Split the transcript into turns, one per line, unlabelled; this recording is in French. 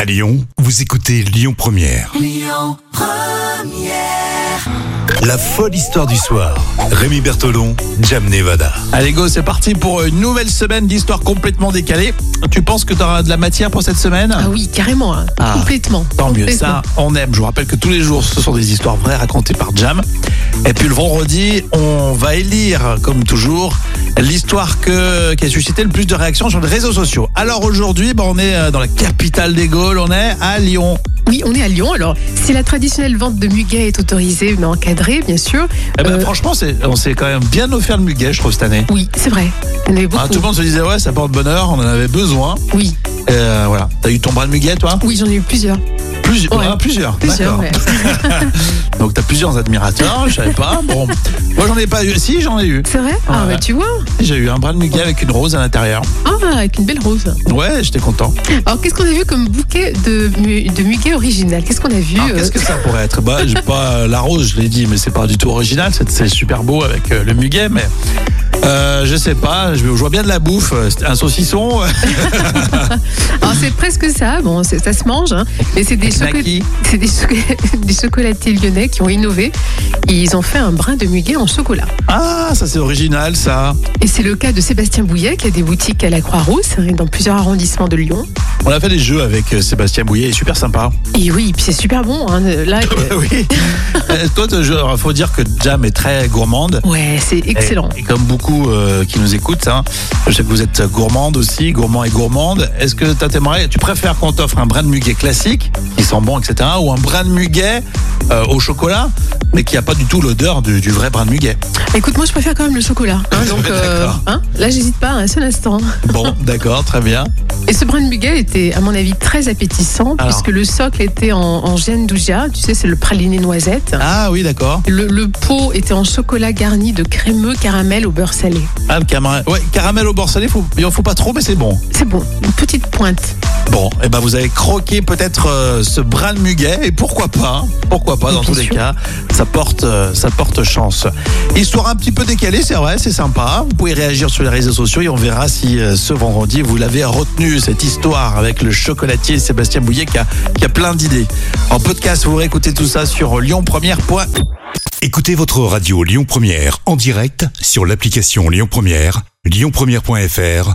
À Lyon, vous écoutez Lyon Première. Lyon Première. La folle histoire du soir. Rémi Bertolon, Jam Nevada.
Allez go, c'est parti pour une nouvelle semaine d'histoire complètement décalée. Tu penses que tu auras de la matière pour cette semaine
Ah oui, carrément, hein.
Ah,
complètement.
Tant mieux,
complètement.
ça on aime. Je vous rappelle que tous les jours, ce sont des histoires vraies racontées par Jam. Et puis le vendredi, on va élire, comme toujours, l'histoire que- qui a suscité le plus de réactions sur les réseaux sociaux. Alors aujourd'hui, bah, on est euh, dans la capitale des Gaules, on est à Lyon.
Oui, on est à Lyon. Alors, si la traditionnelle vente de muguet est autorisée, mais encadrée, bien sûr.
Eh ben,
euh,
Franchement, c'est- on s'est quand même bien offert le muguet, je trouve, cette année.
oui, c'est vrai. Il y en avait beaucoup.
Ah, tout le monde se disait, ouais, ça porte bonheur, on en avait besoin.
Oui,
Euh, voilà. T'as eu ton bras de muguet, toi
oui, j'en ai eu plusieurs.
Plus-
Ouais.
ah, plusieurs.
Plusieurs,
D'accord.
ouais.
Donc t'as plusieurs admirateurs, je savais pas. Bon, moi j'en ai pas eu. Si j'en ai eu.
C'est vrai Ah,
Ouais.
bah, tu vois.
J'ai eu un bras de muguet avec une rose à l'intérieur.
Ah, avec une belle rose.
Ouais, j'étais content.
Alors, qu'est-ce qu'on a vu comme bouquet de, mu- de muguet original Qu'est-ce qu'on a vu
Alors,
euh,
Ah, qu'est-ce que ça pourrait être Bah, j'ai pas euh, la rose, je l'ai dit, mais c'est pas du tout original. C'est, c'est super beau avec euh, le muguet, mais. euh, je sais pas, je, je vois bien de la bouffe, euh, un saucisson,
Alors, ah, c'est presque ça. Bon, c'est- ça se mange. hein. Mais c'est des,
un
chocolat-
knacky.
c'est des, chocolat- des chocolatés lyonnais qui ont innové. Ils ont fait un brin de muguet en chocolat.
Ah, ça c'est original, ça.
Et c'est le cas de Sébastien Bouillet qui a des boutiques à la Croix-Rousse hein, et dans plusieurs arrondissements de Lyon.
On a fait des jeux avec euh, Sébastien Bouillet, il est super sympa.
Et oui, puis c'est super bon. hein, euh, Là, euh,
oui. Euh, Toi, t'as- je- alors, faut dire que Jam est très gourmande.
ouais, c'est
Eh.
excellent.
Et, et comme beaucoup euh, qui nous écoutent, hein, je sais que vous êtes gourmande aussi, gourmand et gourmande. Est-ce que t'as- t'aimerais- tu préfères qu'on t'offre un brin de muguet classique, qui sent bon, etc., ou un brin de muguet euh, au chocolat, mais qui n'a pas du tout l'odeur du, du vrai brin de muguet
Écoute, moi je préfère quand même le chocolat.
Ah,
hein, donc, euh,
D'accord.
hein, là, j'hésite pas un seul instant.
Bon, d'accord, très bien.
Et ce brin de muguet était, à mon avis, très appétissant
Alors.
puisque le socle était en, en gianduja. Tu sais, c'est le praliné noisette.
Ah oui, d'accord.
Le, le pot était en chocolat garni de crémeux caramel au beurre salé.
Ah, le caramel. Ouais, caramel au beurre salé, faut, il en faut pas trop, mais c'est bon.
C'est bon, une petite pointe.
Bon, et ben vous avez croqué peut-être euh, ce brin de muguet et pourquoi pas, hein, pourquoi pas dans
Bien
tous les
sûr.
cas, ça porte, euh, ça porte chance. Histoire un petit peu décalée, c'est vrai, c'est sympa. Vous pouvez réagir sur les réseaux sociaux et on verra si euh, ce vendredi vous l'avez retenu cette histoire avec le chocolatier Sébastien Bouillet qui a, qui a plein d'idées. En podcast, vous réécoutez tout ça sur lionpremière.fr.
Écoutez votre radio Lyon Première en direct sur l'application Lyon Première, lyonpremière.fr